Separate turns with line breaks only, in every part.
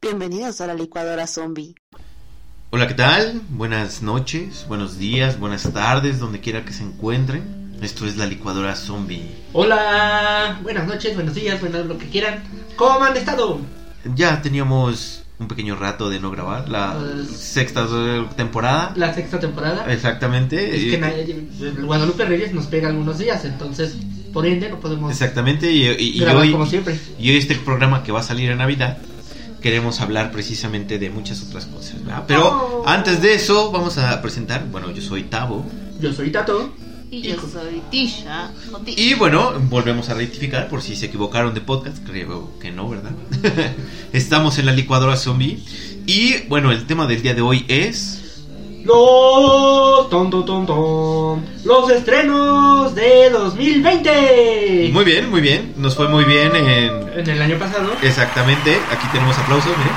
Bienvenidos a la licuadora zombie.
Hola, ¿qué tal? Buenas noches, buenos días, buenas tardes, donde quiera que se encuentren. Esto es la licuadora zombie.
Hola, buenas noches, buenos días, buenas lo que quieran. ¿Cómo han estado?
Ya teníamos un pequeño rato de no grabar la
Eh,
sexta eh, temporada.
La sexta temporada.
Exactamente.
Es que
eh,
na- Guadalupe Reyes nos pega algunos días, entonces por ende no podemos
Exactamente. Y, y- y
grabar
hoy,
como siempre.
y hoy este programa que va a salir a Navidad, queremos hablar precisamente de muchas otras cosas. ¿verdad? Pero
Oh.
antes de eso, vamos a presentar. Bueno, yo soy Tavo.
Yo soy Tato.
Y yo
Hijo.
soy Tisha. o Ti-
Y bueno, volvemos a rectificar por si se equivocaron de podcast, creo que no, ¿verdad? Estamos en la licuadora zombie. Y bueno, el tema del día de hoy es...
Los ton, ton, ton, ton. los estrenos de 2020.
Muy bien, muy bien, nos fue muy bien en...
en el año pasado.
Exactamente, aquí tenemos aplausos, miren.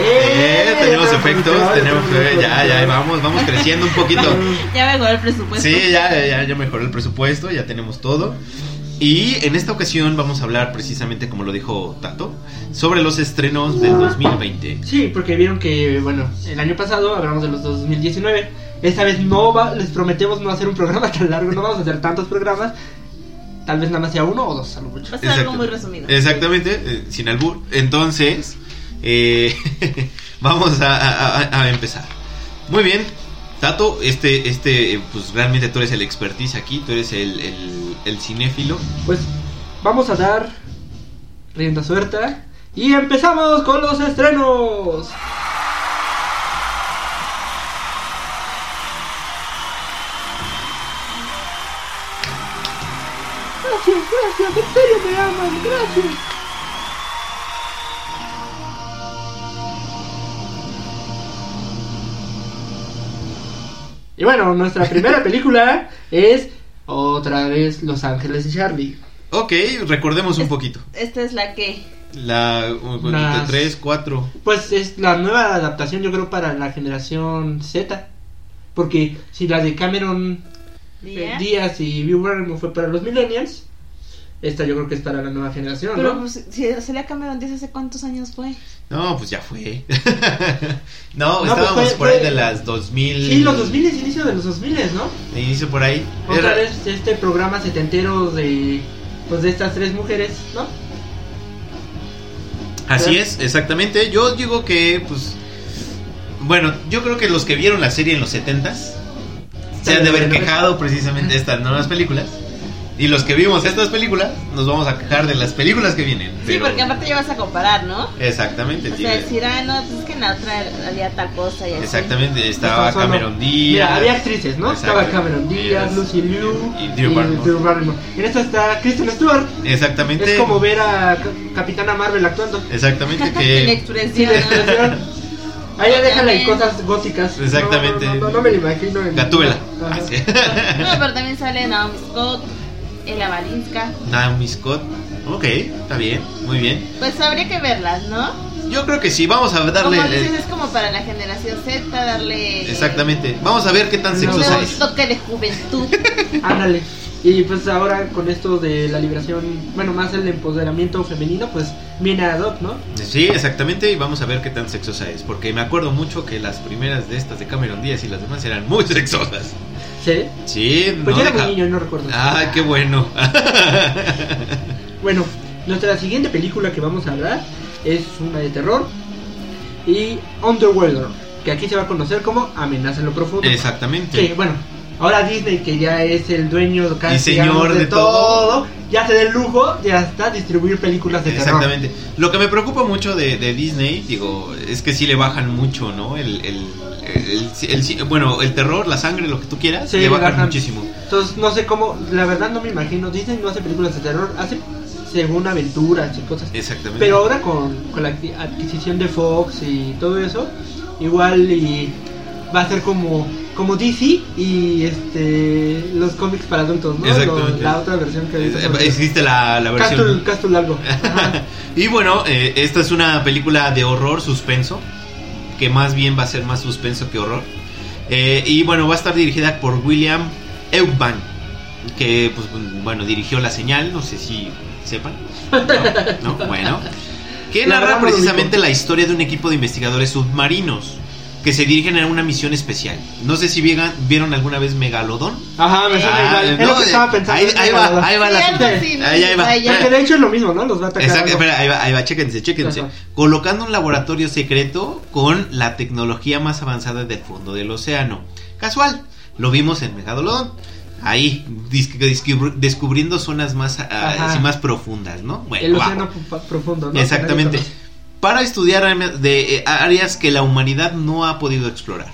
¡Eh!
Eh, tenemos efectos, tenemos... eh, ya, ya, vamos,
vamos
vamos creciendo un poquito.
Ya me acordé el presupuesto.
Sí, ya, ya, ya mejoró el presupuesto, ya tenemos todo. Y en esta ocasión vamos a hablar precisamente, como lo dijo Tato, sobre los estrenos del 2020.
Sí, porque vieron que, bueno, el año pasado hablamos de los 2019. Esta vez no va, les prometemos no hacer un programa tan largo, no vamos a hacer tantos programas. Tal vez nada más sea uno o dos, a lo mucho.
Va a ser algo
Exacto.
muy resumido.
Exactamente, eh, sin albur. Entonces, eh, vamos a, a- a- a empezar. Muy bien, Tato, este, este, eh, pues realmente tú eres el expertise aquí, tú eres el, el- el cinéfilo.
Pues vamos a dar rienda suelta y empezamos con los estrenos. Gracias, gracias, en serio me aman, gracias. Y bueno, nuestra primera película es otra vez Los Ángeles y Charlie.
Ok, recordemos un poquito.
Esta es la que.
La
Las-
3, 4.
Pues es la nueva adaptación, yo creo, para la generación Z. Porque si la de Cameron eh,
¿Ya?
Díaz y Bill Barrymore fue para los millennials, esta yo creo que es para la nueva generación,
Pero
¿no?
pues, si se le ha cambiado antes, ¿hace cuántos años fue?
No, pues ya fue. no,
No, pues
estábamos
fue-
por ahí
fue-
de las 2000.
Sí, los 2000 es inicio de los 2000, ¿no?
Inicio por ahí. Era-
Otra vez este programa setentero de pues de estas tres mujeres, ¿no?
Así es, exactamente. Yo digo que, pues. Bueno, yo creo que los que vieron la serie en los 70s se han de haber quejado precisamente de estas nuevas películas. Y los que vimos estas películas, nos vamos a quejar de las películas que vienen.
Sí,
pero-
porque aparte ya vas a comparar, ¿no?
Exactamente,
O
sí, eh,
sea, decir, ah, no, pues es que en la otra había tal cosa y así.
Exactamente, estaba
Estaba solo.
Cameron Díaz.
Mira, había actrices, ¿no?
Exacto.
Estaba Cameron Díaz,
Díaz,
Lucy Liu
y Drew Barrymore.
Drew Barrymore. En esta está Kristen Stewart.
Exactamente.
Es como ver a Ca- Capitana Marvel actuando.
Exactamente,
Sin
que.
expresión.
Ahí ya déjala en cosas góticas.
Exactamente.
No, no, no, no me lo imagino. En...
Gatúbela.
Ajá.
Ah, sí.
No, pero también sale Naomi Scott, Ella Balinska.
Naomi Scott. Ok, está bien, muy bien.
Pues habría que verlas, ¿no?
Yo creo que sí, vamos a darle.
como dices,
eh,
es como para la generación Z, darle.
Exactamente. Vamos a ver qué tan
No.
sexosa
Un
es.
toque de juventud.
Ándale. Y pues ahora con esto de la liberación, bueno, más el empoderamiento femenino, pues viene a Adopt, ¿no?
Sí, exactamente. Y vamos a ver qué tan sexosa es. Porque me acuerdo mucho que las primeras de estas de Cameron Díaz y las demás eran muy sexosas.
Sí.
Sí,
Pues
no
yo era
deja-
muy niño, no recuerdo.
Ah, qué bueno.
Bueno, nuestra siguiente película que vamos a hablar es una de terror y Underwater, que aquí se va a conocer como Amenaza en lo profundo. Que
exactamente.
bueno, ahora Disney, que ya es el dueño casi
Y señor
digamos,
de todo.
ya se da el lujo de hasta distribuir películas de terror.
Exactamente. Lo que me preocupa mucho de, de Disney, digo, es que sí le bajan mucho, ¿no? El, el, el- el- el- bueno, el terror, la sangre, lo que tú quieras,
Sí,
le
le
bajan,
bajan.
muchísimo.
Entonces, no sé cómo, la verdad no me imagino. Disney no hace películas de terror, hace según aventuras y cosas.
Exactamente.
Pero ahora con, con la adqui- adquisición de Fox y todo eso, igual y va a ser como como DC y este los cómics para adultos, ¿no?
Exactamente.
Lo- la otra versión que
Es-
ahorita-
Eh, existe la, la versión.
Castle, Castle algo. Ajá.
Y bueno, eh, esta es una película de horror suspenso. que más bien va a ser más suspenso que horror. Eh, y bueno, va a estar dirigida por William Eubman, que pues bueno, dirigió La Señal, no sé si sepan. No, no, bueno. Que
La
narra
verdad no lo
precisamente
ubico.
la historia de un equipo de investigadores submarinos que se dirigen a una misión especial. No sé si viegan- vieron alguna vez Megalodón.
Ajá, me suena
Ah,
igual. Es
no,
lo que
eh,
estaba pensando.
Ahí,
es
ahí
verdad.
va, ahí va
Sí,
la
algo así, ¿no?
Ahí, ahí va.
Ahí ya.
Espera,
Porque de hecho es lo mismo, ¿no? Los va a atacar.
Exacto,
algo.
espera, ahí va, ahí va, chéquense, chéquense.
Ajá.
Colocando un laboratorio secreto con la tecnología más avanzada del fondo del océano. Casual, lo vimos en Megalodón. Ahí, disque- disque- descubriendo zonas más, ah,
Ajá.
así más profundas, ¿no? Bueno,
El
va.
océano pu- profundo, ¿no?
Exactamente. Para estudiar área- de eh, áreas que la humanidad no ha podido explorar.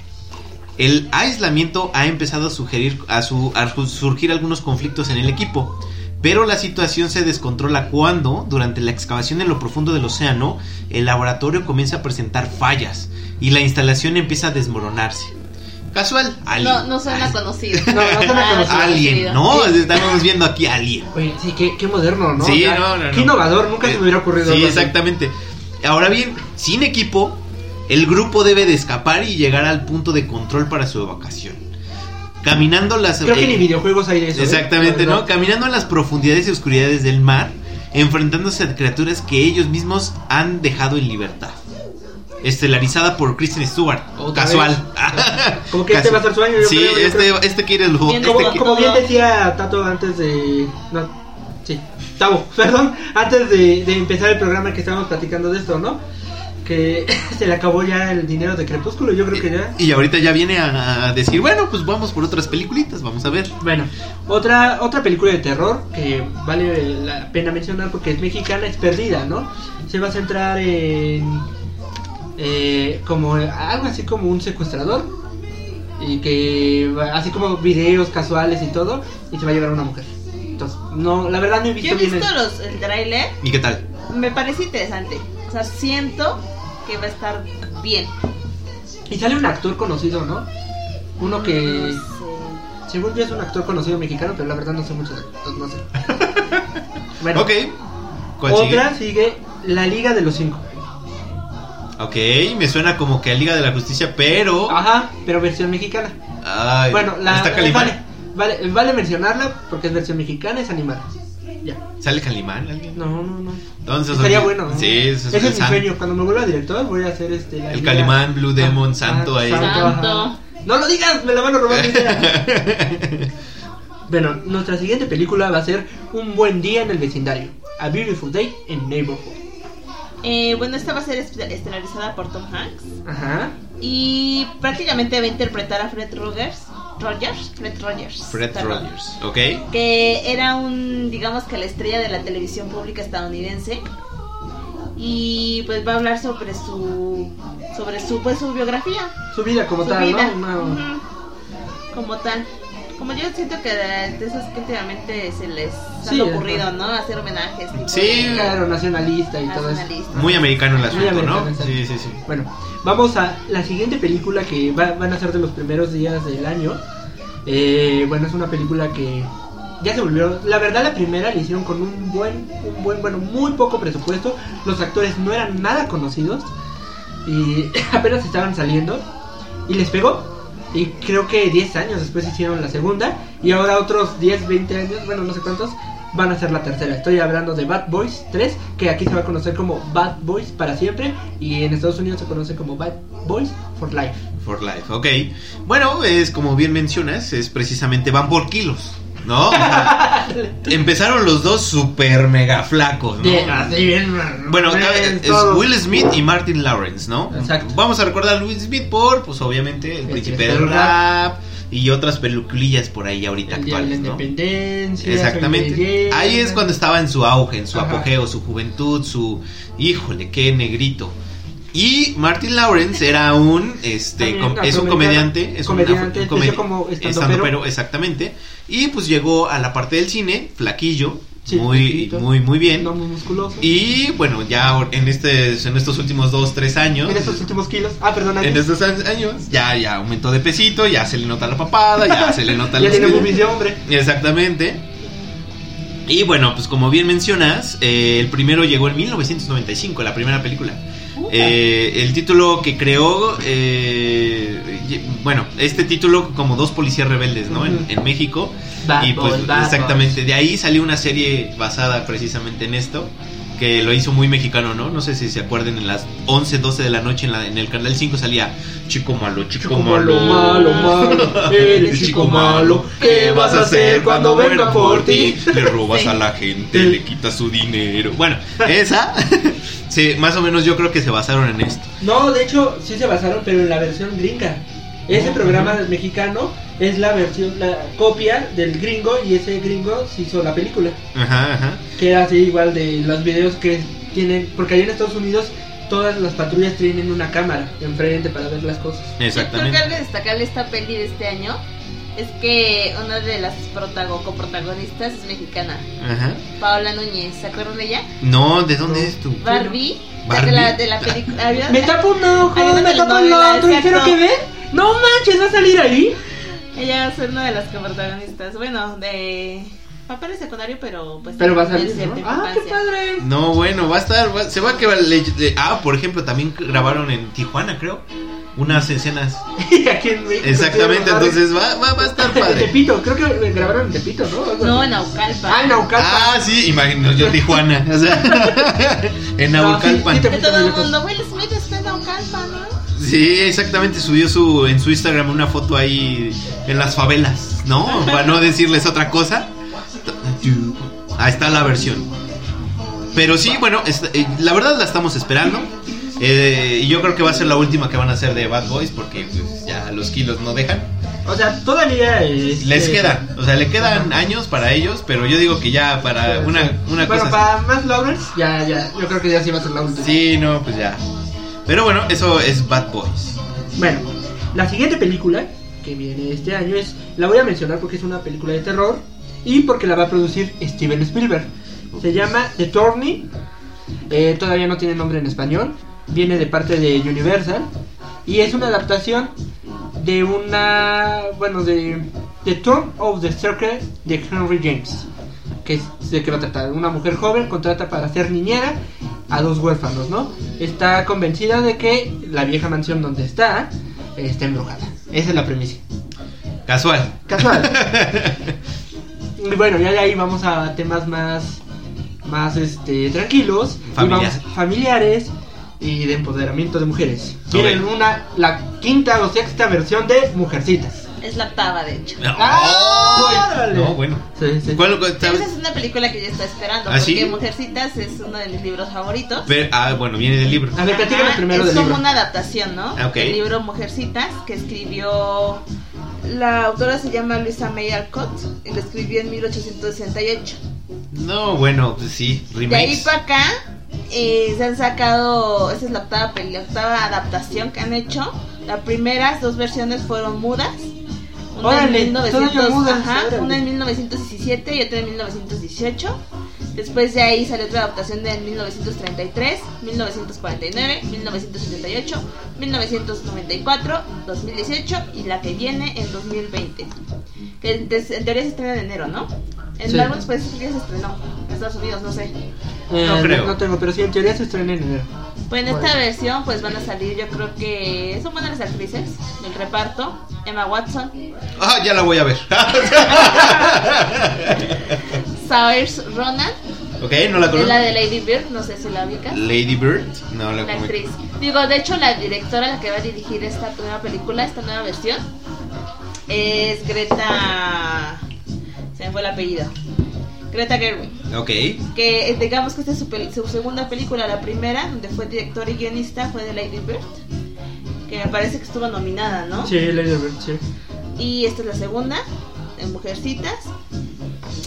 El aislamiento ha empezado a sugerir a, su- a su- surgir algunos conflictos en el equipo, pero la situación se descontrola cuando, durante la excavación en lo profundo del océano, el laboratorio comienza a presentar fallas y la instalación empieza a desmoronarse. Casual, alien.
No, no suena conocido.
No, no suena
Nada
conocido.
Alien,
conocido.
¿no? Estamos viendo aquí alien.
Oye, sí, qué, qué moderno, ¿no?
Sí,
O sea,
no, no, no.
Qué innovador, nunca se me hubiera ocurrido.
Sí,
algo así.
exactamente. Ahora bien, sin equipo, el grupo debe de escapar y llegar al punto de control para su evacuación. Caminando las
Creo que
eh,
ni videojuegos hay de eso. ¿eh?
Exactamente,
La
¿no?
verdad.
Caminando en las profundidades y oscuridades del mar, enfrentándose a criaturas que ellos mismos han dejado en libertad. Estelarizada por Kristen Stewart.
Otra
Casual.
vez. Como que este
Casual.
va a ser su año, yo
Sí,
creo, yo
este,
creo.
este quiere el
Bien,
este
Como,
qui-
como bien decía Tato antes de. No, sí, Tavo, perdón, antes de, de empezar el programa que estábamos platicando de esto, ¿no? Que se le acabó ya el dinero de Crepúsculo, yo creo que ya.
Y ahorita ya viene a a decir, bueno, pues vamos por otras peliculitas, vamos a ver.
Bueno, otra, otra película de terror que vale la pena mencionar porque es mexicana, es perdida, ¿no? Se va a centrar en. eh, como algo así como un secuestrador y que va- así como videos casuales y todo y se va a llevar a una mujer entonces no la verdad no he visto
Yo he
bien
visto
el-
los, el tráiler,
¿Y qué tal?
me parece interesante. O sea, siento que va a estar bien.
Y sale un actor conocido, ¿no? Uno
No
que,
sé.
según yo, es un actor conocido mexicano, pero la verdad no sé mucho de actores, no sé. Bueno,
ok. ¿Cuál sigue?
otra sigue? La Liga de los Cinco.
Ok, me suena como que a Liga de la Justicia, pero.
Ajá, pero versión mexicana.
Ay,
bueno, la.
Está
vale,
Calimán.
vale, vale mencionarla porque es versión mexicana, es animada. Ya.
¿Sale Calimán alguien?
No, no, no.
Entonces,
Estaría
ok.
bueno. ¿no?
Sí, eso
Ese es mi
san-
sueño. Cuando me vuelva director, voy a hacer este. la
El
Liga-
Calimán, Blue Demon, Santo ahí.
Santo.
ajá. No lo digas, me la van a robar. mi idea. Bueno, nuestra siguiente película va a ser Un buen día en el vecindario. A Beautiful Day in Neighborhood.
Eh, bueno, esta va a ser est- estelarizada por Tom Hanks.
Ajá.
Y prácticamente va a interpretar a Fred Rogers. Rogers, Fred Rogers.
Fred
perdón.
Rogers, ok.
Que era un, digamos que la estrella de la televisión pública estadounidense. Y pues va a hablar sobre su sobre su pues su biografía,
Su vida como
su
tal,
vida.
¿no? Una-
Ujú. Como tal. Como yo siento que de de esas que últimamente se les
Sí,
han ocurrido,
ajá.
¿no? Hacer homenajes. tipo
Sí,
de-
Claro, nacionalista y todo eso.
Nacionalista.
Muy americano el asunto, ¿no?
americano,
Sí, sí, sí.
Bueno, vamos a la siguiente película que va- van a ser de los primeros días del año. Eh, bueno, es una película que ya se volvió. La verdad, la primera la hicieron con un buen, un buen, bueno, muy poco presupuesto. Los actores no eran nada conocidos y apenas estaban saliendo y les pegó. Y creo que 10 años después hicieron la segunda y ahora otros 10, 20 años, bueno, no sé cuántos. Van a ser la tercera. Estoy hablando de Bad Boys 3, que aquí se va a conocer como Bad Boys para siempre y en Estados Unidos se conoce como Bad Boys for Life.
For life, ok. Bueno, es como bien mencionas, es precisamente van por kilos, ¿no? O sea, Empezaron los dos super mega flacos, ¿no?
Bien, así, ah, bien,
Bueno,
bien,
acá es
todo.
Will Smith y Martin Lawrence, ¿no?
Exacto.
Vamos a recordar a Will Smith por, pues obviamente, El
El
Príncipe
Príncipe
del
del
Rap y otras peluculillas por ahí ahorita
El día de la
actuales, ¿no?
independencia. soy
Exactamente.
leyenda.
Ahí es cuando estaba en su auge, en su
Ajá.
apogeo, su juventud, su... Híjole, qué negrito. Y Martin Lawrence era un, este,
También
com- es un
afroamericano.
comediante, es un
Comediante,
afro- comedi-
empezó como estandopero.
estandopero, exactamente. Y pues llegó a la parte del cine, flaquillo,
Sí,
muy,
flaquito.
muy, muy bien.
No, muy musculoso.
Y bueno, ya en, este, en estos últimos dos, tres años.
en estos últimos kilos. Ah, perdón,
en
antes.
estos an- años ya, ya aumentó de pesito, ya se le nota la papada, ya se le nota
Ya
los
tiene
kilos.
boobies de hombre.
Exactamente. Y bueno, pues como bien mencionas, eh, el primero llegó en 1995, la primera película. Eh, el título que creó, eh, y- bueno, este título como dos policías rebeldes, ¿no? En,
Ujú.
en México.
Bad
y pues
Boys, Bad
exactamente, de ahí salió una serie basada precisamente en esto, que lo hizo muy mexicano, ¿no? No sé si se acuerden, en las 11, 12 de la noche en, la, en el Canal 5 salía Chico Malo, Chico,
Chico malo,
malo.
malo, malo, eres chico malo, ¿qué vas a hacer cuando venga por ti?
Le robas
Sí.
a la gente,
Sí.
le quitas su dinero. Bueno, esa, sí, más o menos yo creo que se basaron en esto.
No, de hecho, sí se basaron, pero en la versión gringa. Ese
Ujú.
programa mexicano es la versión, la copia del gringo y ese gringo se hizo la película.
Ajá, ajá.
Que era así igual de los videos que tienen, porque allá en Estados Unidos todas las patrullas tienen una cámara enfrente para ver las cosas.
Yo creo que
Exactamente.
algo destacable de esta peli de este año es que una de las protago- coprotagonistas es mexicana,
Ajá.
Paola Núñez. ¿Se acuerdan de ella?
No, ¿de dónde
No.
es tú?
Barbie,
Barbie.
De la, de la película. había-
Me tapo un ojo,
Hay una
me tapo el
telenovela,
otro, y
exacto.
quiero que ver. No manches, va a salir ahí.
Ella es una de las coprotagonistas. Bueno, de papel de secundario, pero pues.
Pero va a
tiene
salir. ¿no?
cierta
Ah, qué
importancia.
padre.
No, bueno, va a estar. va- se va a que le- le- Ah, por ejemplo, también grabaron en Tijuana, creo. Unas escenas.
Aquí en México,
Exactamente,
sí, va a estar
entonces va, va, va a estar
padre. En
padre.
Tepito, creo que grabaron en Tepito, ¿no? Algo
No,
así.
en Naucalpa.
Ah, en Naucalpan.
Ah, sí, imagino yo Tijuana. o sea, en
No, sí,
Naucalpan.
sí te-
Que todo el mundo, Will Smith está en Naucalpa, ¿no?
Sí, exactamente, subió su en su Instagram una foto ahí en las favelas, ¿no? Para no decirles otra cosa. Ahí está la versión. Pero sí, bueno, es- eh, la verdad la estamos esperando. Eh, y yo creo que va a ser la última que van a hacer de Bad Boys porque pues, ya los kilos no dejan.
O sea, todavía. este,
Les quedan, o sea, le quedan años para ellos, pero yo digo que ya para ah, una, una cosa...
bueno,
así.
para más Lawrence, ya, ya. Yo creo que ya sí va a ser la última.
Sí, no, pues ya. Pero bueno, eso es Bad Boys.
Bueno, la siguiente película que viene este año es. La voy a mencionar porque es una película de terror y porque la va a producir Steven Spielberg. Se llama The Tourney. eh, todavía no tiene nombre en español. Viene de parte de Universal. Y es una adaptación de una. Bueno, de. The Turn of the Circle de Henry James. Que es de qué va a tratar. Una mujer joven contrata para ser niñera a dos huérfanos, ¿no? Está convencida de que la vieja mansión donde está eh, está embrujada. Esa es la premisa.
Casual.
Casual. Y bueno, ya de ahí vamos a temas más, más este, tranquilos, y
Familiar.
vamos- familiares y de empoderamiento de mujeres.
Ok.
Tienen una, la quinta o sexta versión de Mujercitas.
Es la octava, de hecho.
No,
Ah,
no, bueno.
Sí, sí.
¿Cuál- cuál-
Sí,
sabes?
Esa es una película que yo estaba esperando.
¿Ah, sí?
Porque Mujercitas es uno de mis libros favoritos.
Pero- ah, bueno, viene del libro.
A ver, platícanos
Ajá,
primero
es
del
como
libro.
una adaptación, ¿no?
Ah, ok.
El libro Mujercitas que escribió la autora se llama Luisa May Alcott y lo escribió en 1868.
No, bueno, pues sí,
De ahí
remakes.
para acá eh, se han sacado, esa es la octava, peli- la octava adaptación que han hecho. Las primeras dos versiones fueron mudas. Una,
Órale,
en, 1900
todavía mudas,
ajá,
órale.
una en 1917 y otra en 1918. Después de ahí salió otra adaptación de 1933, 1949, 1978, 1994, 2018 y la que viene en 2020. Que en, des- en teoría se estrena en enero, ¿no? En
Sí.
algunos países ya se estrenó, en Estados Unidos, no sé.
Eh,
No creo.
No tengo, pero sí, en teoría se estrena en enero.
Bueno, en
Bueno.
esta versión pues van a salir, yo creo que son buenas las actrices del reparto. Emma Watson,
Ah, ya la voy a ver.
Saoirse Ronan,
ok, no la
es
conozco.
la de Lady Bird, no sé si la ubicas.
Lady Bird. No la
La
conozco.
actriz. Digo, de hecho la directora la que va a dirigir esta nueva película, esta nueva versión, es Greta... Se me fue el apellido. Greta Gerwig.
Ok.
que eh, digamos que esta es su, pel- su segunda película, la primera, donde fue director y guionista, fue de Lady Bird, que me parece que estuvo nominada, ¿no?
Sí, Lady Bird, sí.
Y esta es la segunda, de Mujercitas.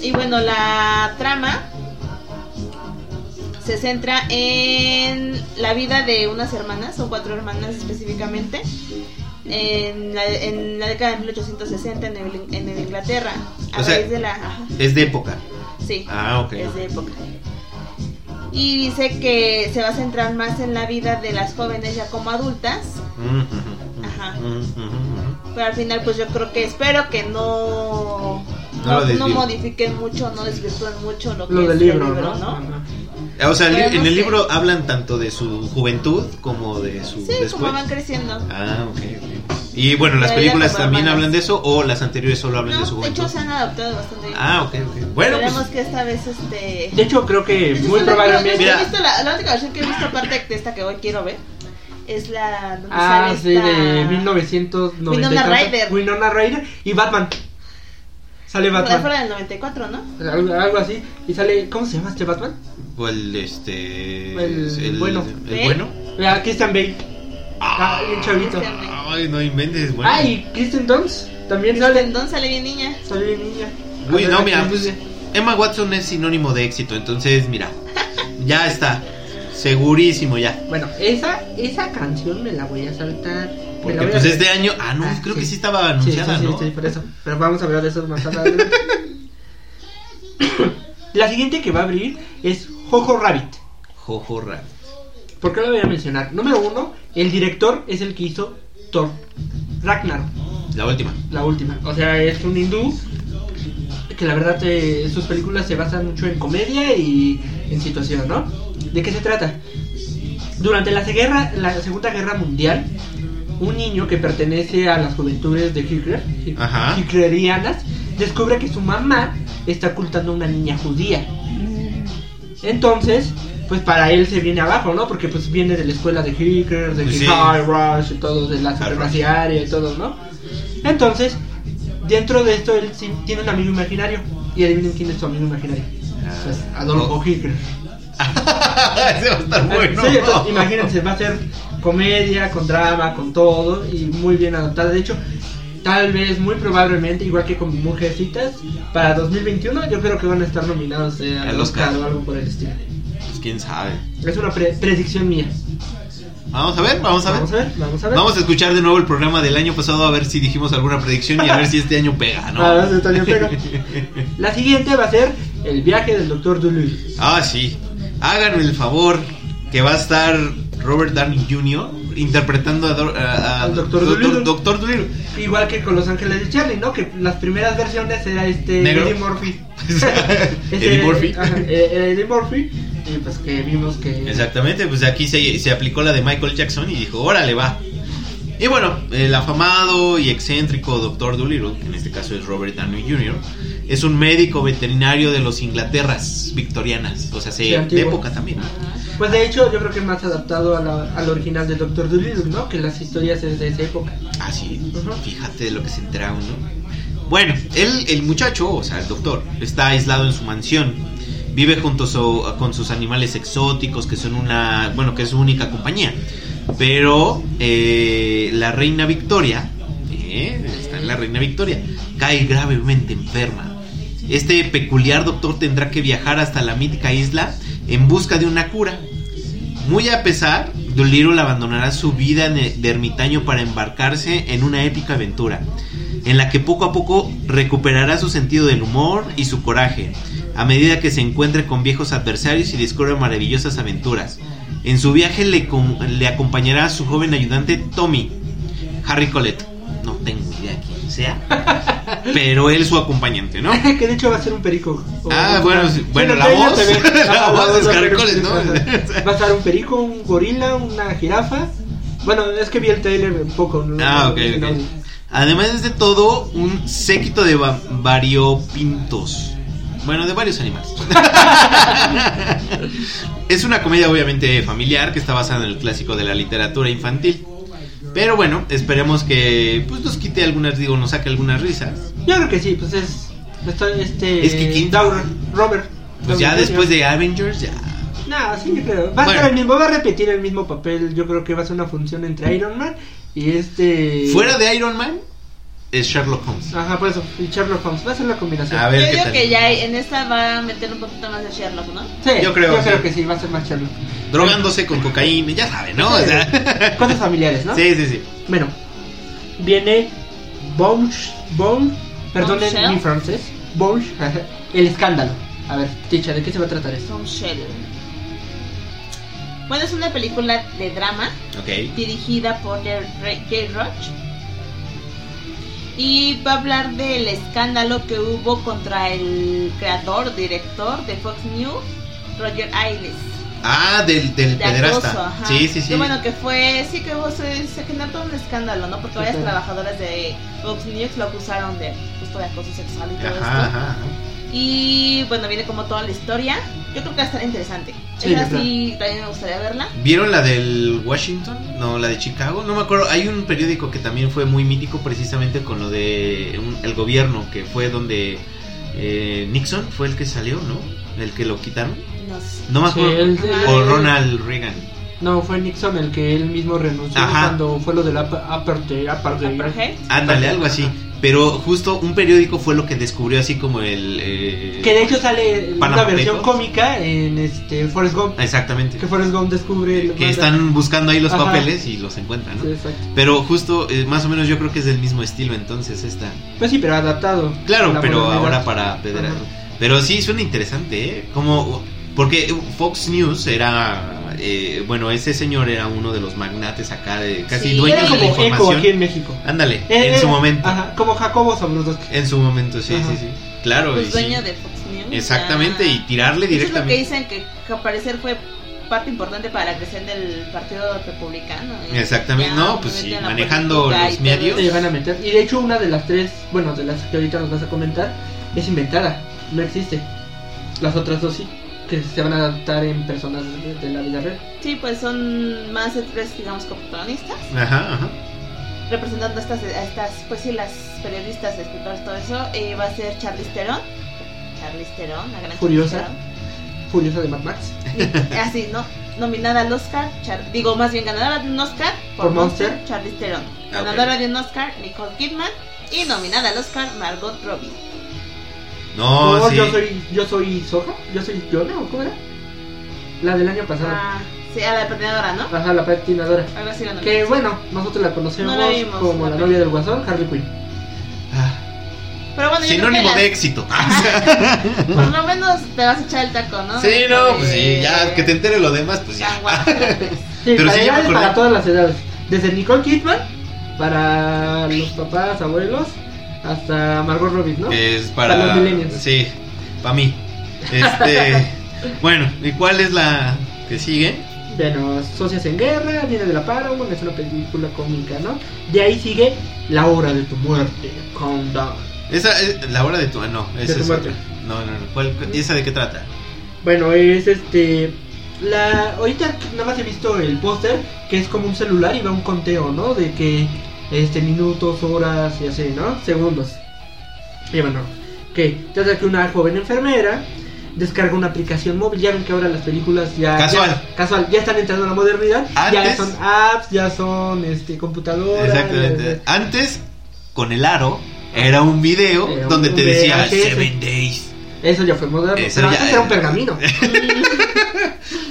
Y bueno, la trama se centra en la vida de unas hermanas, son cuatro hermanas específicamente, en la, en la década de 1860 en, Nueva- en Nueva Inglaterra, a
O sea-
raíz de la... ajá,
Es de época.
sí
Ah, ok.
es de época. Y dice que se va a centrar más en la vida de las jóvenes ya como adultas,
Mm, mm, mm,
Ajá.
mm, mm, mm.
pero al final pues yo creo que espero que no
No lo desvíen.
modifiquen mucho, no desvirtúen mucho lo que
Lo
es
del
el
libro, ¿no? Ajá.
O sea,
Pero
li-
no
en
sé.
el libro hablan tanto de su juventud como de su
Sí, como
después.
van creciendo.
Ah, ok, ok. Y bueno, las
Pero
películas
ya como
también
hermanas.
hablan de eso o las anteriores solo hablan de su
No, de
juventud.
hecho se han adaptado bastante bien.
Ah, ok, ok. Bueno,
Esperemos
pues
que esta vez este...
De hecho, creo que
Entonces,
muy
yo no-
probablemente.
yo no he
Mira.
visto la, la única versión que he visto aparte de esta que hoy quiero ver es la donde
Ah,
sale
sí,
esta-
de 1990. y
Winona
tanto.
Ryder.
Winona Ryder y Batman. Sale
Bueno,
Batman.
fuera del 94, ¿no?
Algo, algo así. Y sale. ¿Cómo se llama este Batman?
¿cuál este
El bueno.
el
¿Eh?
bueno?
Ah, Christian Bale. Ah, bien chavito.
Christian Bale.
Ay, no inventes, bueno.
Ah, y Kristen Dunst también sale.
Entonces sale bien niña.
Sale bien niña.
Uy,
A ver,
no,
aquí
mira, pues
dice.
Emma Watson es sinónimo de éxito, entonces mira, ya está, segurísimo ya.
Bueno, esa, esa canción me la voy a saltar. Me la
Porque
voy a-
pues este año, ah no,
Ah,
creo
sí.
que sí estaba
Sí,
anunciada,
sí, sí,
¿no?
sí, por eso. Pero vamos a hablar de eso más tarde. la siguiente que va a abrir es Jojo Rabbit.
Jojo Rabbit.
¿Por qué lo voy a mencionar? Número uno, el director es el que hizo Thor Ragnar,
la última.
la última. O sea, es un hindú que la verdad eh, sus películas se basan mucho en comedia y en situación, ¿no? ¿De qué se trata? Durante la, guerra, la Segunda Guerra Mundial, un niño que pertenece a las juventudes de Hitler,
Ajá.
hitlerianas, descubre que su mamá está ocultando a una niña judía. Entonces, pues para él se viene abajo, ¿no? Porque pues viene de la escuela de Hitler, de
Pues Sí.
High Rush y todo, de la supremacía aria y todo, ¿no? Entonces, dentro de esto él sí tiene un amigo imaginario. Y adivinen quién es su amigo imaginario. Pues Adolfo Hitler.
Ese va a estar bueno.
Ah, Sí, entonces, imagínense, va a ser comedia, con drama, con todo, y muy bien adaptada. De hecho, tal vez, muy probablemente, igual que con Mujercitas, para 2021 yo creo que van a estar nominados eh, al
Al
Oscar
Oscar.
o algo por el estilo.
Pues quién sabe.
Es una pre- predicción mía.
Vamos a ver, vamos a ver.
Vamos a ver, vamos a ver.
Vamos a escuchar de nuevo el programa del año pasado a ver si dijimos alguna predicción y a ver si este año pega, ¿no?
A ver si este año pega. La siguiente va a ser El viaje del Doctor Duluth.
ah, sí. Háganme el favor que va a estar Robert Downey Jr. interpretando a, Dor- a- a
Al Doctor Dolittle.
Doctor Dolittle.
Igual que con Los Ángeles de Charlie, ¿no? Que las primeras versiones era este
¿Negro?
Eddie Murphy. Ese-
Eddie Murphy.
ajá, eh, era Eddie Murphy. Y pues que vimos que.
Exactamente, pues aquí se, se aplicó la de Michael Jackson y dijo, órale, va. Y bueno, el afamado y excéntrico Dr. Dolittle, que en este caso es Robert Downey Jr., es un médico veterinario de los Inglaterras victorianas, o sea, se-
Sí,
de
antiguo.
época también.
Pues de hecho, yo creo que más adaptado a la- al original de Doctor Dolittle, ¿no? Que las historias es de esa época.
Ah, sí,
Ujú.
fíjate de lo que se entera uno. Bueno, él, el muchacho, o sea, el doctor, está aislado en su mansión. Vive junto a su- con sus animales exóticos, que son una. Bueno, que es su única compañía. Pero eh, la reina Victoria, eh, está en la reina Victoria, cae gravemente enferma. Este peculiar doctor tendrá que viajar hasta la mítica isla en busca de una cura. Muy a pesar, Dolittle abandonará su vida de de ermitaño para embarcarse en una épica aventura, en la que poco a poco recuperará su sentido del humor y su coraje, a medida que se encuentre con viejos adversarios y descubre maravillosas aventuras. En su viaje le, com- le acompañará a su joven ayudante Tommy, Harry Colette. No tengo idea quién sea, pero él su acompañante, ¿no?
que de hecho va a ser un perico. O-
Ah,
o-
bueno, sí,
en
bueno,
el
la
trailer
voz-
se ve-
la
Ajá,
voz es
va a ser-
caracoles, ¿no?
Ajá. Va a estar un perico, un gorila, una jirafa. Bueno, es que vi el trailer un poco. ¿no?
Ah,
No,
ok,
no,
ok.
no.
Además de todo, un séquito de va- variopintos. Bueno, de varios animales. es una comedia obviamente familiar que está basada en el clásico de la literatura infantil. Pero bueno, esperemos que pues nos quite algunas, digo, nos saque algunas risas.
Yo creo que sí, pues es. Está este.
Es que quién-
Dow- Robert.
Pues ya después de Avengers ya.
No, sí, yo creo. Va a
Bueno.
ser el mismo, va a repetir el mismo papel. Yo creo que va a ser una función entre Iron Man y este.
Fuera de Iron Man es Sherlock Holmes.
Ajá, por eso. Y Sherlock Holmes. Va a ser la combinación.
A
Yo
ver qué
digo
tal.
que ya en esta va a meter un poquito más de Sherlock, ¿no?
Sí,
yo creo,
yo
sí.
creo que sí, va a ser más Sherlock.
Drogándose con cocaína, ya saben, ¿no? O sea,
Cosas familiares, ¿no?
sí, sí, sí.
Bueno, viene Bones, Bones, perdonen
Bombshell.
mi francés, Bones, ajá, el escándalo. A ver, Ticha, ¿de qué se va a tratar esto?
Son Shell. Bueno, es una película de drama
Ok.
dirigida por J. Roach. Y va a hablar del escándalo que hubo contra el creador, director de Fox News, Roger Ailes.
Ah, del, del
de
pederasta.
acoso, ajá.
Sí, sí, sí.
Qué bueno que fue, sí que hubo- se, se generó todo un escándalo, ¿no? Porque varias
Sí, claro.
trabajadoras de Fox News lo acusaron de justo de acoso sexual y todo esto.
Ajá, ajá, ajá.
Y bueno, viene como toda la historia. Yo creo que va a estar interesante.
Sí,
Esa
de plan.
sí, también me gustaría verla.
¿Vieron la del Washington? No, la de Chicago. No me acuerdo. Hay un periódico que también fue muy mítico precisamente con lo de un- el gobierno, que fue donde eh, Nixon fue el que salió, ¿no? El que lo quitaron.
No sé.
No me
Sí,
acuerdo.
él-
O
él-
Ronald Reagan.
No, fue Nixon el que él mismo renunció
Ajá.
cuando fue lo del upper, upper, upper-
Apartheid.
Ándale, algo así. Pero justo un periódico fue lo que descubrió así como el... eh,
Que de hecho sale
Panama
una versión
Papers.
cómica en este Forrest Gump.
Exactamente.
Que Forrest Gump descubre el-
Que están buscando ahí los
Ajá.
papeles y los encuentran, ¿no?
Sí, exacto.
Pero justo, eh, más o menos yo creo que es del mismo estilo entonces esta.
Pues sí, pero adaptado.
Claro,
La
pero
modernidad.
ahora para pedra- Pero sí, suena interesante, ¿eh? Como, porque Fox News era, eh, bueno, ese señor era uno de los magnates acá, de, casi
Sí,
dueño
Era
de la
como eco
información.
aquí en México.
Ándale,
Eh,
en su
eh,
momento. Eh.
Ajá, como Jacobo Sabrudowski.
En su momento, sí,
Ajá.
sí, sí. Claro, y
Pues
sí.
dueño de Fox News.
Exactamente,
ya.
y tirarle
Eso es lo que
directamente.
dicen que, que al parecer fue parte importante para la creación del Partido Republicano. ¿eh?
Exactamente,
Ya,
no, pues sí,
meten la
manejando
política y
los
todo eso.
medios.
Te van a meter. Y de hecho, una de las tres, bueno, de las que ahorita nos vas a comentar, es inventada. No existe. Las otras dos sí. Que se van a adaptar en personas de, de la vida real.
Sí, pues son más de tres, digamos, coprotagonistas,
Ajá, ajá.
representando a estas, a estas, pues sí, las periodistas, escritores, todo eso. Eh, va a ser Charlize Theron. Charlize Theron, la gran
Furiosa.
Charlize Theron.
Furiosa de Mad Max.
Así, ¿no? Nominada al Oscar, Char- digo, más bien ganadora de un Oscar por,
Por Monster.
Monster, Charlize Theron.
Ah, ok.
Ganadora de un Oscar, Nicole Kidman. Y nominada al Oscar, Margot Robbie.
No,
No,
Oh, sí.
yo soy, yo soy Soja, yo soy Yona, ¿o cómo era? La del año pasado.
Ah, sí, a la perdedora, ¿no?
Ajá, la patinadora.
Algo así la
Que
nominaron.
bueno, nosotros la conocemos
No la vimos,
como
la
la novia del guasón, Harley Quinn.
Ah,
Pero bueno, yo creo que
sinónimo
la-
de éxito. Ah,
por lo menos te vas a echar el taco, ¿no? Eh,
sí,
De-
no, pues sí, ya que te entere lo demás, pues ya.
Tan guapa.
Sí,
Pero
para,
sí, ya me
edades,
acordé.
para todas las edades. Desde Nicole Kidman, para los papás, abuelos, hasta Margot Robbie, ¿no?
Que es para,
Para los millennials.
Sí, para mí. Este, bueno, ¿y cuál es la que sigue?
Bueno, Socias en Guerra, viene de la Paramount, es una película cómica, ¿no? De ahí sigue La Hora de tu Muerte, Countdown.
Esa es la hora de tu. ah, No, esa
tu
es
muerte.
otra. No, no, no. ¿cuál- cu- ¿Esa de qué trata?
Bueno, es este. La, ahorita nada más he visto el póster, que es como un celular y va un conteo, ¿no? De que este minutos, horas y así, ¿no? Segundos. Y bueno, que trata que una joven enfermera descarga una aplicación móvil. Ya ven que ahora las películas ya.
Casual.
ya- casual, ya están entrando a la modernidad. Ya
Antes-
son apps, ya son este, computadoras.
Exactamente.
ya-
Antes, con el aro, era un video
Era un
donde te decía
VHS.
Seven Days.
Eso ya fue moderno.
Eso
pero
ya-
antes era un pergamino.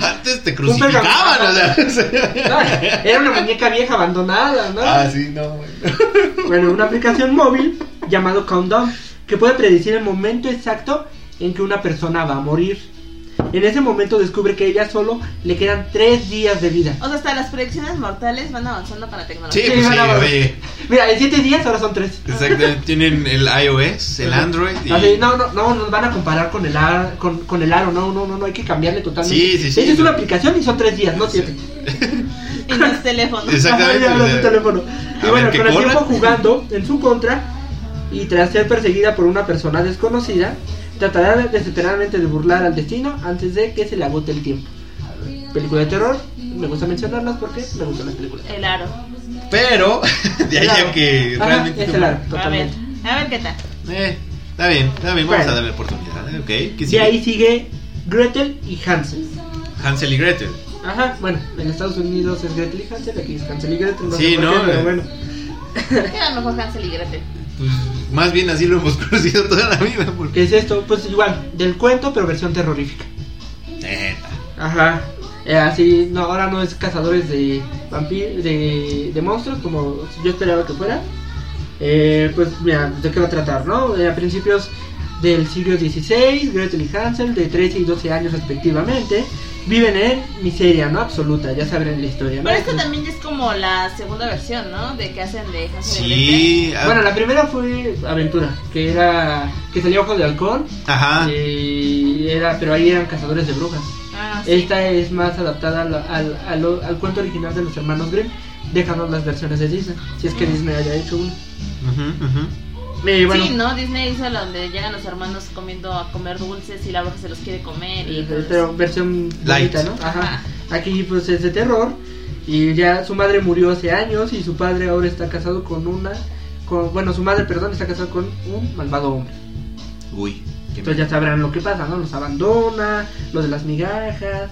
Antes te
pergamino.
crucificaban, o
No,
sea.
era una muñeca vieja abandonada, ¿no?
ah, sí, no, bueno.
Bueno, una aplicación móvil llamado Countdown que puede predecir el momento exacto en que una persona va a morir. En ese momento descubre que a ella solo le quedan tres días de vida.
O sea, hasta las predicciones mortales van avanzando con la
Sí,
tecnología.
Sí,
pues sí,
ganaba.
oye.
Mira, en siete días ahora son tres.
Exactamente. Tienen el iOS, el
Ajá.
Android y.
Así, no, no, no, nos van a comparar con el ar- con, con el aro, no, no, no, no, hay que cambiarle totalmente.
Sí, sí, sí.
Esa es una aplicación y son tres días, no siete.
Y los teléfonos.
Exacto. Exactamente,
Ajá, ya habla
o sea,
su teléfono.
a
Y bueno,
ver que
con el
corra.
tiempo jugando en su contra y tras ser perseguida por una persona desconocida, tratará de- desesperadamente de burlar al destino antes de que se le agote el tiempo. Película de terror, me gusta mencionarlas porque me gustan las películas.
El aro.
Pero, de ahí
Claro.
a que
Ajá,
realmente.
es
tú-
el aro,
A ver,
totalmente.
a ver qué tal.
Eh, está bien, está bien, vamos
Bueno.
a darle oportunidad. ¿eh? Ok, ¿qué
De
sigue?
ahí sigue Gretel y Hansel.
Hansel y Gretel.
Ajá, bueno, en Estados Unidos es Gretel y Hansel, aquí es Hansel y Gretel.
Sí,
sé por
¿no?
qué, pero bueno.
¿Qué era mejor Hansel y Gretel?
Pues más bien así lo hemos conocido toda la vida. Porque...
¿Qué es esto? Pues igual, del cuento, pero versión terrorífica.
Neta.
Ajá. Eh, así, no, ahora no es cazadores de vampiros, de, de monstruos como yo esperaba que fuera. Eh, pues mira, ¿de qué va a tratar, no? Eh, a principios del siglo XVI, Gretel y Hansel, de 13 y 12 años respectivamente, viven en miseria, ¿no? Absoluta, ya sabrán la historia. ¿no?
Pero esta también ya es como la segunda versión, ¿no? De que hacen de Hansel y
Sí. ah,
Bueno, la primera fue Aventura, que era que salía Ojos de Halcón,
Ajá.
y era, pero ahí eran cazadores de brujas.
Gretel. Ah, sí.
Esta es más adaptada al, al- al- al cuento original de los hermanos Grimm, dejando las versiones de Disney, si es
Mm.
que Disney haya hecho una.
Ujú, ujú.
Y bueno,
Sí, ¿no? Disney hizo la donde llegan los hermanos comiendo a comer dulces y la bruja se los quiere comer y pues Ah. todo
eh,
eso.
pero versión
Light.
bonita, ¿no? Ajá.
Ajá.
Aquí pues es de terror y ya su madre murió hace años y su padre ahora está casado con una, con, bueno, su madre, perdón, está casado con un malvado hombre.
Uy. qué
Entonces ya sabrán lo que pasa, ¿no? Los abandona, lo de las migajas.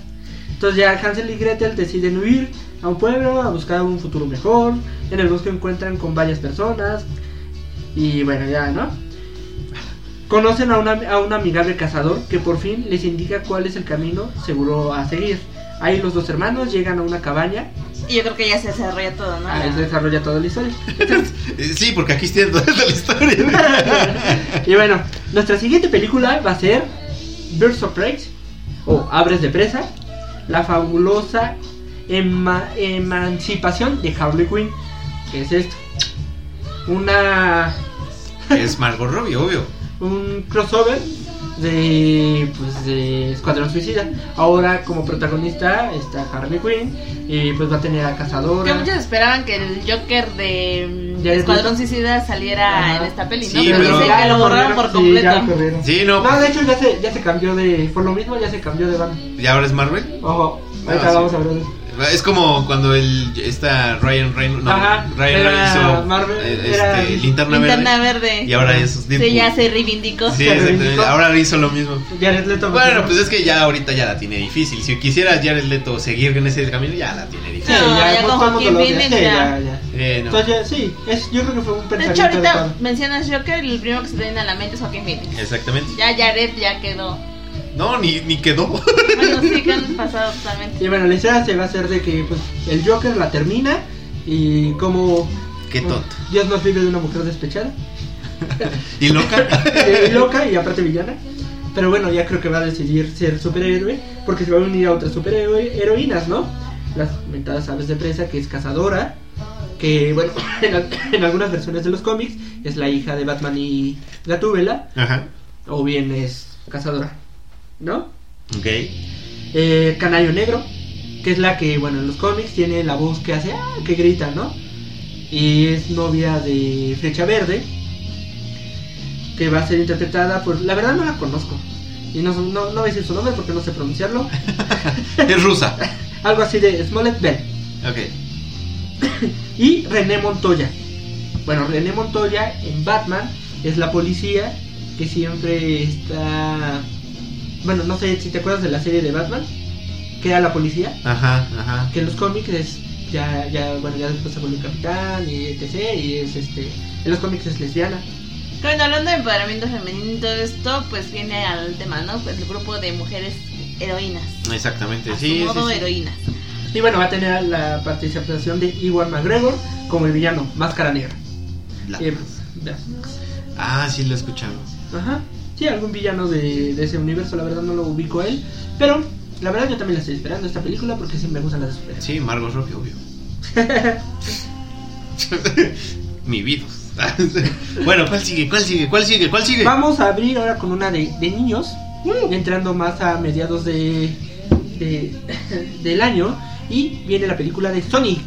Entonces ya Hansel y Gretel deciden huir a un pueblo a buscar un futuro mejor. En el bosque encuentran con varias personas. Y bueno, ya, ¿no? Conocen a, una, a un amigable cazador que por fin les indica cuál es el camino seguro a seguir. Ahí los dos hermanos llegan a una cabaña.
Y yo creo que ya se desarrolla todo, ¿no?
Ahí se desarrolla toda la historia.
Eh, Sí, porque aquí estoy toda la historia.
y bueno, nuestra siguiente película va a ser Birds of Prey o Abres de Presa, la fabulosa ema- emancipación de Harley Quinn. ¿Qué es esto? Una
es Margot Robbie, obvio.
un crossover de pues de Escuadrón Suicida. Ahora como protagonista está Harley Quinn y pues va a tener a
Que
Cazadora.
muchos esperaban que el Joker de mm,
Ya es
Escuadrón
mucho.
Suicida saliera
Ajá.
en esta peli, ¿no?
Sí,
pero,
pero-
dicen que lo borraron por
Sí, ya
completo.
lo corrieron.
Sí, no.
No, de
pues,
hecho ya se, ya se cambió de. Por lo mismo ya se cambió de banda.
¿Y ahora es Marvel?
Ojo,
No,
ahorita
Ah, sí.
vamos a hablar de eso.
Es como cuando el esta Ryan Reynolds, no,
Ajá,
Ryan
era
Reynolds hizo
Marvel,
eh,
era
este, linterna,
Linterna
verde,
verde.
y ahora es Deadpool.
Sí, ya se reivindicó.
Sí,
se
exactamente.
reivindicó.
Ahora hizo lo mismo.
Jared Leto.
Bueno, pues es que ya ahorita ya la tiene difícil. Si quisiera Jared Leto seguir en ese camino, ya la tiene
Sí,
difícil.
No, ya
pues
con
todo el
Joaquín
mundo lo odia.
Phoenix
Sí,
ya.
ya, ya.
Eh, no.
Entonces, ya, sí, es, yo creo que fue un
De hecho,
pensamiento
ahorita
adecuado.
mencionas Joker y el primero que se te viene a la mente es Joaquín Phoenix.
Exactamente.
Ya Jared ya quedó.
No, ni, ni quedó.
Bueno, sí, que han pasado totalmente.
Y bueno, la historia se va a hacer de que pues, el Joker la termina y como...
Qué
bueno,
tonto.
Dios nos libre de una mujer despechada,
¿Y loca?
eh, loca y aparte villana. Pero bueno, ya creo que va a decidir ser superhéroe porque se va a unir a otras superheroínas, ¿no? Las mentadas aves de presa, que es cazadora, que bueno, en, al- en algunas versiones de los cómics es la hija de Batman y Gatúbela,
Ajá.
o bien es cazadora, ¿no?
Ok.
Eh, Canario Negro, que es la que, bueno, en los cómics tiene la voz que hace, "Ah", que grita, ¿no? Y es novia de Flecha Verde, que va a ser interpretada por... La verdad no la conozco. Y no, no, no voy a decir su nombre porque no sé pronunciarlo.
Es rusa.
Algo así de Smollett Bell.
Ok.
Y René Montoya. Bueno, René Montoya en Batman es la policía que siempre está... Bueno, no sé si te acuerdas de la serie de Batman, que era la policía.
Ajá, ajá.
que en los cómics es ya ya bueno ya después se volvió capitán y etc y es este en los cómics es lesbiana
Bueno, hablando de empoderamiento femenino y todo esto, pues viene al tema, ¿no? Pues el grupo de mujeres heroínas.
Exactamente,
A
sí.
su
sí,
modo
sí.
heroínas.
y bueno va a tener la participación de Iwan McGregor como el villano máscara negra
La-
Eh, ya.
Ah, sí, lo escuchamos.
ajá sí algún villano de, de ese universo la verdad no lo ubico a él pero la verdad yo también la estoy esperando esta película porque sí me gustan las esperas
Sí, Margot Robbie, obvio. Mi vida. bueno, ¿cuál sigue? ¿Cuál sigue? ¿Cuál sigue? ¿Cuál sigue?
vamos a abrir ahora con una de, de niños
Mm.
entrando más a mediados de, de del año y viene la película de Sonic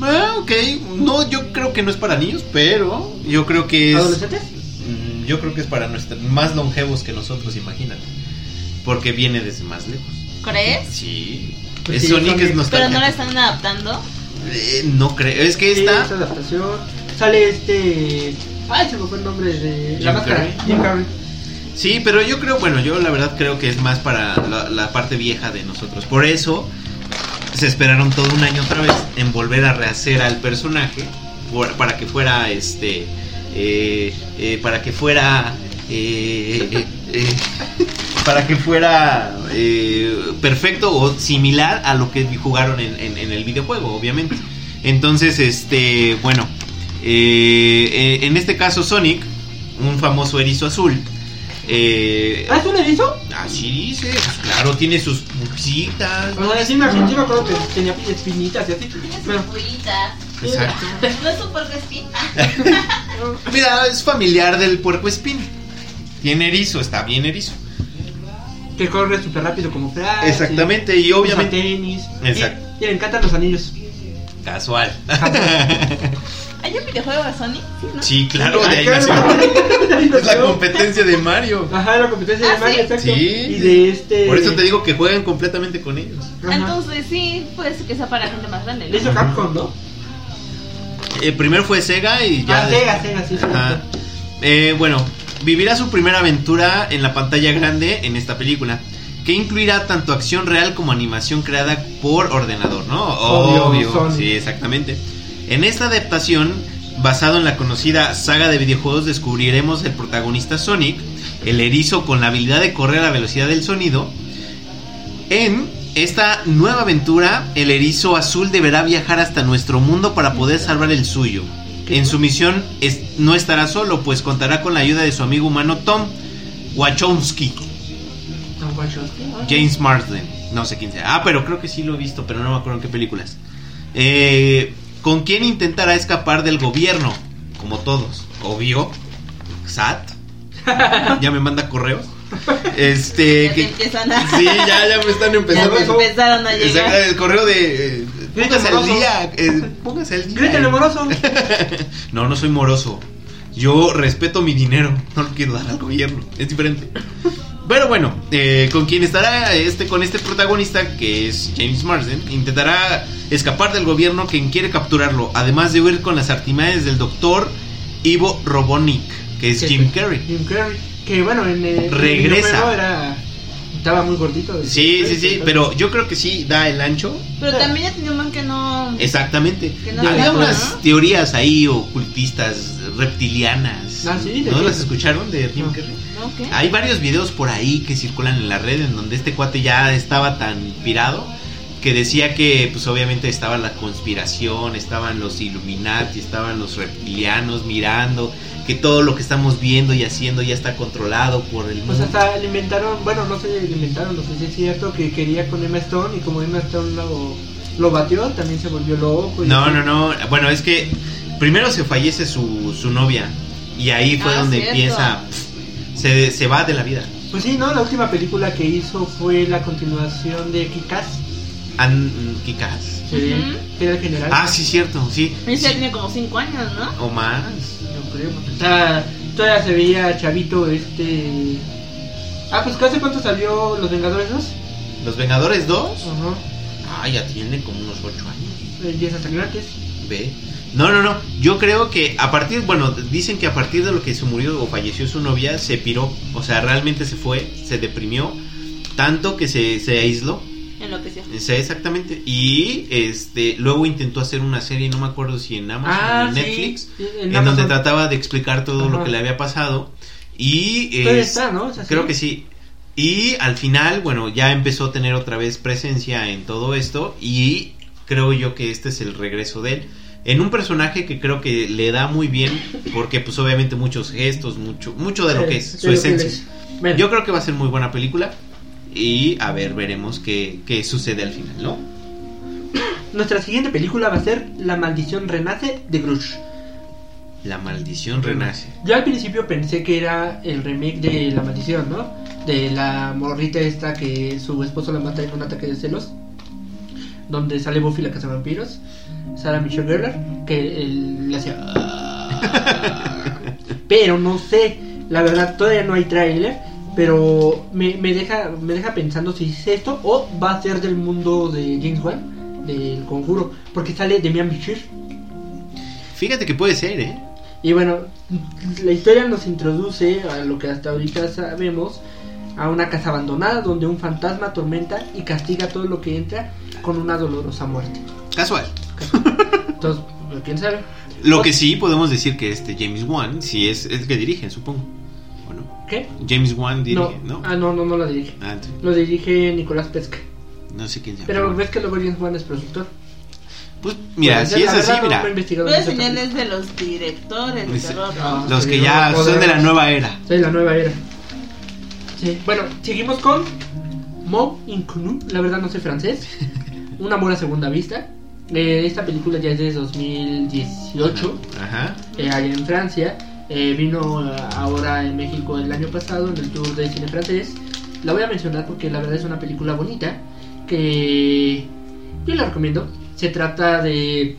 Ah, ok. No, yo creo que no es para niños, pero yo creo que es.
adolescentes
Mm, Yo creo que es para nuestros más longevos que nosotros, imagínate. Porque viene desde más lejos.
¿Crees?
Sí.
Pues
Es
sí,
Sonic
Sonic.
es
Pero no la
nostalgia.
están adaptando.
Eh, no creo. Es que
Sí,
esta.
esa adaptación. Sale este. Ay, se me fue el nombre de.
Jim
la máscara.
Carrey.
Jim Carrey.
Sí, pero yo creo, bueno, yo la verdad creo que es más para la, la parte vieja de nosotros. Por eso se esperaron todo un año otra vez en volver a rehacer al personaje por- para que fuera este. eh, eh, para que fuera. eh, eh, eh, para que fuera eh, perfecto o similar a lo que jugaron en, en- en el videojuego, obviamente. Entonces, este, bueno, eh, eh, en este caso Sonic, un famoso erizo azul, Eh,
¿Ah, es un erizo?
así dice, pues claro, tiene sus pulsitas.
O sea, sí me, sí me acuerdo que tenía espinitas y así.
Tiene
Pero,
sus pullitas.
Exacto.
No es un porco espín.
Mira, es familiar del puerco espín. Tiene erizo, está bien erizo.
que corre súper rápido como Flash. y-
Exactamente, y
usa
obviamente.
tenis.
Exacto.
Y, y le encantan los anillos.
Casual.
¿Hay un videojuego de Sony? Sí, ¿no?
Sí, claro, de
Ay,
ahí
claro,
nació. Es la
claro.
competencia de Mario.
Ajá, la competencia
Ah,
de Mario,
¿sí?
exacto.
Sí.
Y de este.
Por eso te digo que juegan completamente con ellos.
Ajá.
Entonces sí, puede ser que sea para gente más grande.
Le
¿no?
hizo Capcom, ¿no?
Eh, primero fue Sega y ya.
Ah, Sega, Sega, sí.
Ajá. Eh, bueno, vivirá su primera aventura en la pantalla grande en esta película, que incluirá tanto acción real como animación creada por ordenador, ¿no?
Obvio, Sony.
sí, exactamente. En esta adaptación, basado en la conocida saga de videojuegos, descubriremos el protagonista Sonic, el erizo con la habilidad de correr a la velocidad del sonido. En esta nueva aventura, el erizo azul deberá viajar hasta nuestro mundo para poder salvar el suyo. En su misión es- no estará solo, pues contará con la ayuda de su amigo humano Tom Wachowski,
No, guacho.
James Marsden, no sé quién sea. Ah, pero creo que sí lo he visto, pero no me acuerdo en qué películas. Eh, con quien intentará escapar del gobierno, como todos. Obvio, SAT. Ya me manda correos. Este,
Ya te
que,
empiezan a...
sí, ya, ya me están
ya
empezando.
te
eso.
empezaron a
Exacto,
llegar.
el correo de. eh,
Grita
póngase al
moroso.
día. eh, póngase al día.
Grítale, moroso.
No, no soy moroso. Yo respeto mi dinero. No lo quiero dar al gobierno. Es diferente. Pero bueno, eh, con quien estará este, con este protagonista, que es James Marsden, intentará escapar del gobierno quien quiere capturarlo, además de huir con las artimañas del doctor Ivo Robonic, que es
Sí,
Jim
sí.
Carrey.
Jim Carrey. Que bueno, en el. en
Regresa.
el número era. Estaba muy gordito.
Sí, sí, sí, pero yo creo que sí da el ancho.
Pero también ya tenía un man que no...
Exactamente.
Que no
Había
sea,
unas
¿no?
teorías ahí ocultistas, reptilianas.
Ah, sí, de Ah.
¿No
que-
las escucharon de Jim
No.
Carrey?
¿No? ¿Qué?
Hay varios videos por ahí que circulan en la red en donde este cuate ya estaba tan pirado que decía que pues obviamente estaba la conspiración, estaban los Illuminati, estaban los reptilianos mirando, que todo lo que estamos viendo y haciendo ya está controlado por el
Pues
mundo.
hasta le inventaron, bueno, no sé, le inventaron, no sé si es cierto, que quería con Emma Stone y como Emma Stone lo, lo batió, también se volvió loco. y
Pues
No,
así.
no, no. Bueno, es que primero se fallece su, su novia y ahí fue
Ah,
donde
cierto.
empieza, se, se va de la vida.
Pues sí, no, la última película que hizo fue la continuación de Kikas,
An- Kikas.
que
Ujú.
que era el general.
Ah, sí, cierto, sí.
Ese ya tiene como 5 años, ¿no?
O más.
Yo creo, porque está- todavía se veía chavito este... Ah, pues ¿hace cuánto salió Los Vengadores 2?
Los Vengadores 2.
Oh.
Ajá,
Ah, ya tiene como unos 8 años.
empieza a salir antes.
Ve. No, no, no. Yo creo que a partir, bueno, dicen que a partir de lo que se murió o falleció su novia, se piró. O sea, realmente se fue, se deprimió. Tanto que se, se aisló.
En lo que sea.
O sea, exactamente. Y este luego intentó hacer una serie, no me acuerdo si en Amazon o en
Ah, sí,
Netflix.
en
En,
Amazon.
donde trataba de explicar todo lo
Ajá.
que le había pasado. Y
Todavía
es-
está, ¿no? O sea,
Creo que sí. Y al final, bueno, ya empezó a tener otra vez presencia en todo esto y creo yo que este es el regreso de él. En un personaje que creo que le da muy bien porque pues obviamente muchos gestos, mucho mucho de lo que es,
Sí,
su
de lo que
esencia.
es. Bueno.
Yo creo que va a ser muy buena película y a ver, veremos qué, qué sucede al final, ¿no?
Nuestra siguiente película va a ser La maldición renace de Grudge.
La maldición renace.
Yo al principio pensé que era el remake de La maldición, ¿no? De la morrita esta que su esposo la mata en un ataque de celos. Donde sale Buffy la cazavampiros. Sara Michelle Gellar que él le hacía... "Ah". pero no sé, la verdad todavía no hay tráiler. Pero me, me deja me deja pensando si es esto o va a ser del mundo de James Wan, del conjuro. Porque sale Demian Bichir.
Fíjate que puede ser, ¿eh?
Y bueno, la historia nos introduce a lo que hasta ahorita sabemos, a una casa abandonada donde un fantasma atormenta y castiga todo lo que entra con una dolorosa muerte.
Casual.
Entonces, quién sabe.
Lo que sí podemos decir que este James Wan, si es el que dirige, supongo. ¿O no?
¿Qué?
James Wan dirige, ¿no?
no. Ah, no, no, no la dirige.
Ah, ent-
Lo dirige Nicolás Pesca.
no sé quién sea.
Pero
pero bueno.
ves que luego James Wan es productor.
Pues mira,
Pues,
si es
la
así,
verdad, no
mira.
me he investigado
Puedes
mucho esta
señales de los directores de
Dice-
terror.
Ah.
¿no?
Los que
Sí,
ya
no,
son de la
modernos.
nueva era.
película. Sí, la nueva era. Sí. Bueno, seguimos con Mom Inclu. La verdad no sé francés. Un amor a segunda vista. Eh, esta película ya es de 2018.
Ajá.
eh, allá en Francia. Eh, vino eh, ahora en México el año pasado en el Tour de Cine Francés. La voy a mencionar porque la verdad es una película bonita que yo la recomiendo. Se trata de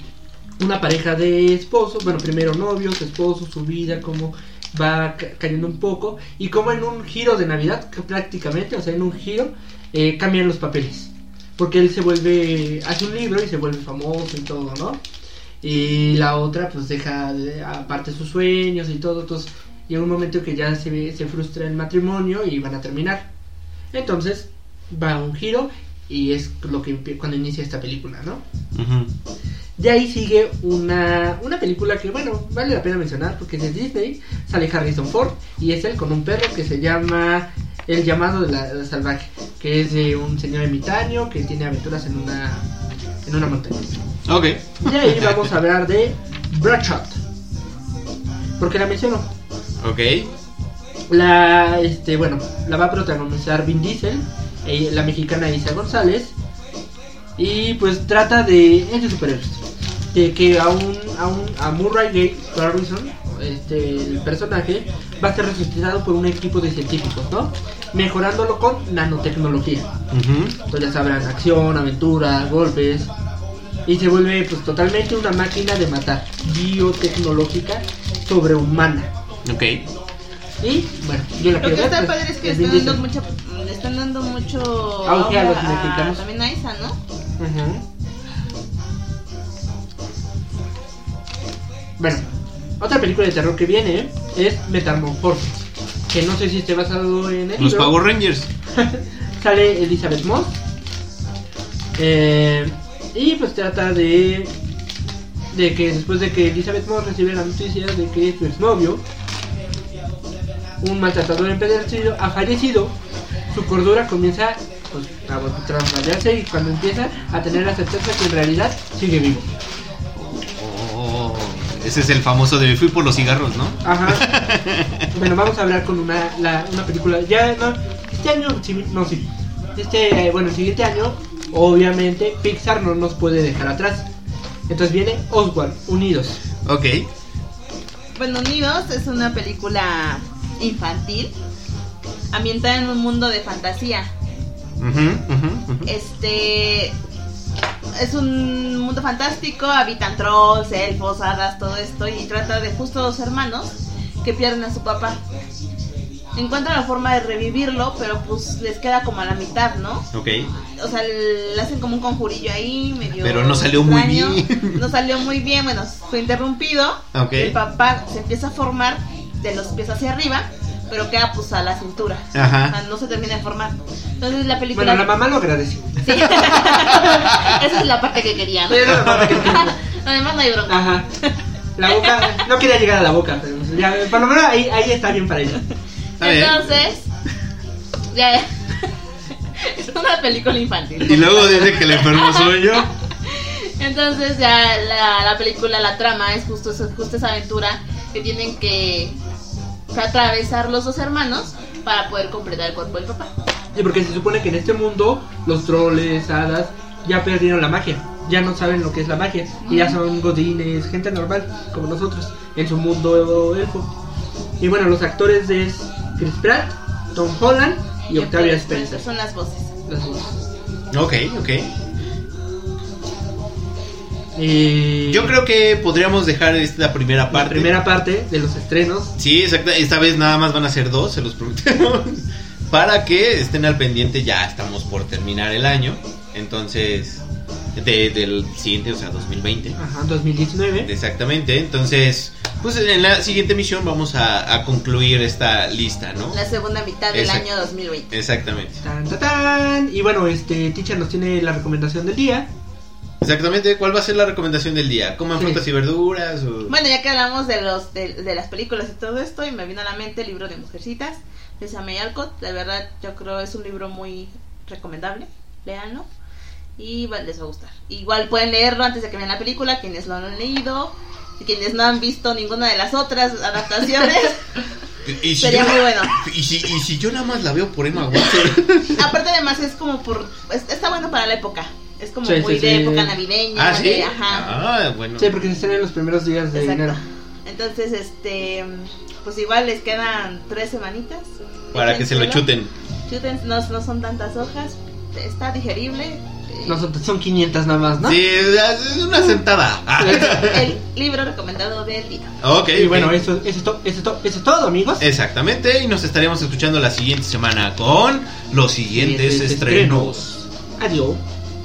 una pareja de esposos, bueno, primero novios, esposos, su vida, cómo va ca- cayendo un poco y cómo en un giro de Navidad, que prácticamente, o sea, en un giro, eh, cambian los papeles. Porque él se vuelve, hace un libro y se vuelve famoso y todo, ¿no? y la otra pues deja de- aparte sus sueños y todo, entonces llega un momento que ya se, ve- se frustra el matrimonio y van a terminar. Entonces va a un giro y es lo que empie- cuando inicia esta película, ¿no?
Ujú.
De ahí sigue una, una película que, bueno, vale la pena mencionar porque es de Disney, sale Harrison Ford y es él con un perro que se llama El llamado de la, la salvaje, que es de un señor ermitaño que tiene aventuras en una, en una montaña.
Ok.
Y ahí vamos a hablar de Bradshaw. Porque la menciono.
Ok.
La, este, bueno, la va a protagonizar Vin Diesel, eh, la mexicana Isa González. Y pues trata de. Es de superhéroes. De que a un. A, un, a Murray Gay Garrison, este, el personaje, va a ser resucitado por un equipo de científicos, ¿no? Mejorándolo con nanotecnología.
Ujú.
Entonces ya sabrán, acción, aventura, golpes. Y se vuelve pues totalmente una máquina de matar, biotecnológica, sobrehumana.
Ok.
Y bueno, yo la
Lo
quiero
que
ver,
está
pues,
padre es que
en
le
Vin
están dando
Diesel.
mucha, le están dando mucho
Auge a
auge
los mexicanos.
también a esa, ¿no?
Ajá. Bueno, otra película de terror que viene es Metamorfosis. Que no sé si esté basado en el
Los
libro.
Power Rangers.
Sale Elizabeth Moss. Eh, y pues trata de. De que después de que Elizabeth Moss recibe la noticia de que su exnovio, un maltratador empedernido, ha fallecido, su cordura comienza pues, a trasvallarse y cuando empieza a tener la certeza que en realidad sigue vivo.
Oh, ese es el famoso de fui por los cigarros, ¿no?
Ajá. bueno, vamos a hablar con una, la- una película. Ya, no. Este año, sí, no, sí. Este, eh, bueno, el siguiente año, obviamente, Pixar no nos puede dejar atrás. Entonces viene Oswald, Unidos.
Ok.
Bueno, Unidos es una película infantil ambientada en un mundo de fantasía.
Ujú, ujú, ujú.
Este es un mundo fantástico, habitan trolls, elfos, hadas, todo esto y trata de justo dos hermanos que pierden a su papá. Encuentran la forma de revivirlo, pero pues les queda como a la mitad, ¿no?
Ok.
o sea, le hacen como un conjurillo ahí, medio.
Pero no salió muy
extraño.
bien.
No salió muy bien, bueno, fue interrumpido.
Ok.
El papá se empieza a formar de los pies hacia arriba, pero queda pues a la cintura. O sea,
Ajá.
no se termina de formar. Entonces la película.
Bueno, la mamá lo agradece.
Sí. Esa es la parte que quería, ¿no?
Pero la mamá que tiene.
Además no hay bronca.
Ajá. La boca, no quería llegar a la boca, pero ya, por lo menos ahí, ahí está bien para ella.
Ah, Está bien.
Entonces. Ya. Es una película infantil.
Y luego dice que el enfermo soy yo.
Entonces ya la, la película, la trama es justo, es justo esa aventura que tienen que atravesar los dos hermanos para poder completar el cuerpo del papá.
Sí, porque se supone que en este mundo los troles, hadas, ya perdieron la magia. Ya no saben lo que es la magia. Y ya son godines, gente normal, como nosotros, en su mundo elfo. Y bueno, los actores es Chris Pratt, Tom Holland y Octavia Spencer.
Son las voces.
Las dos.
Ok, ok.
Eh,
Yo creo que podríamos dejar esta primera
la
parte.
primera parte de los estrenos.
Sí, exacto. Esta vez nada más van a ser dos, se los prometemos. Para que estén al pendiente, ya estamos por terminar el año. Entonces, de- del siguiente, o sea, 2020.
Ajá, 2019.
Exactamente. Entonces, pues en la siguiente misión vamos a, a concluir esta lista, ¿no?
La segunda mitad del
Exacto.
año 2020.
Exactamente.
Tan, tan, tan. Y bueno, este Ticha nos tiene la recomendación del día.
Exactamente. ¿Cuál va a ser la recomendación del día? ¿Coman
Sí.
frutas y verduras? O...
Bueno, ya que hablamos de, los, de, de las películas y todo esto, y me vino a la mente el libro de Mujercitas de Sammy Alcott. De verdad, yo creo es un libro muy recomendable. Leanlo. Y va- les va a gustar. Igual pueden leerlo antes de que vean la película, quienes lo han leído, y quienes no han visto ninguna de las otras adaptaciones.
Y si
Sería
yo-
muy bueno.
Y si, y si yo nada más la veo por Emma Watson.
Aparte además es como por... es- está bueno para la época. Es como
Sí, sí,
muy de
sí.
época navideña.
ah, sí.
de- ajá.
Ah, bueno.
Sí, porque se estrenan los primeros días de
Exacto.
enero.
Entonces, este... Pues igual les quedan tres semanitas.
Para que se lo
Échenselo.
chuten.
Chuten, no, no son tantas hojas. Está digerible. eh,
No, son, son 500 nada más, ¿no?
Sí, es una sentada. Ah,
El libro recomendado del día.
ok.
Y bueno,
ok.
eso, eso, es to- eso, es to- eso es todo, amigos.
Exactamente, y nos estaremos escuchando la siguiente semana con los siguientes
Siguientes
estrenos.
Este Adiós.